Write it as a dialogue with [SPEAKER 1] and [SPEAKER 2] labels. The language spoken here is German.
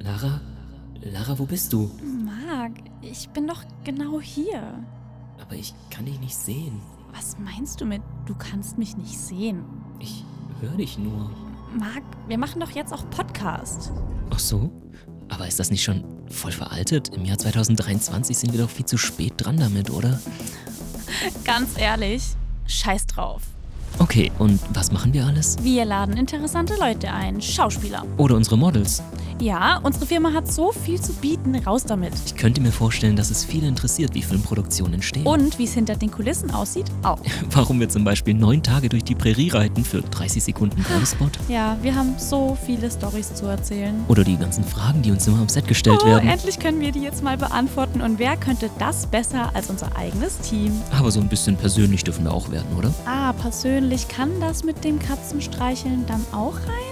[SPEAKER 1] Lara? Lara, wo bist du?
[SPEAKER 2] Marc, ich bin doch genau hier.
[SPEAKER 1] Aber ich kann dich nicht sehen.
[SPEAKER 2] Was meinst du mit, du kannst mich nicht sehen?
[SPEAKER 1] Ich höre dich nur.
[SPEAKER 2] Marc, wir machen doch jetzt auch Podcast.
[SPEAKER 1] Ach so? Aber ist das nicht schon voll veraltet? Im Jahr 2023 sind wir doch viel zu spät dran damit, oder?
[SPEAKER 2] Ganz ehrlich, scheiß drauf.
[SPEAKER 1] Okay, und was machen wir alles?
[SPEAKER 2] Wir laden interessante Leute ein, Schauspieler.
[SPEAKER 1] Oder unsere Models.
[SPEAKER 2] Ja, unsere Firma hat so viel zu bieten, raus damit.
[SPEAKER 1] Ich könnte mir vorstellen, dass es viele interessiert, wie Filmproduktionen entstehen.
[SPEAKER 2] Und wie es hinter den Kulissen aussieht, auch.
[SPEAKER 1] warum wir zum Beispiel neun Tage durch die Prärie reiten für 30 Sekunden Werbespot.
[SPEAKER 2] Ja, wir haben so viele Stories zu erzählen.
[SPEAKER 1] Oder die ganzen Fragen, die uns immer am Set gestellt
[SPEAKER 2] Oh,
[SPEAKER 1] werden.
[SPEAKER 2] endlich können wir die jetzt mal beantworten. Und wer könnte das besser als unser eigenes Team?
[SPEAKER 1] Aber so ein bisschen persönlich dürfen wir auch werden, oder?
[SPEAKER 2] Ah, persönlich kann das mit dem Katzenstreicheln dann auch rein?
[SPEAKER 1] Hm,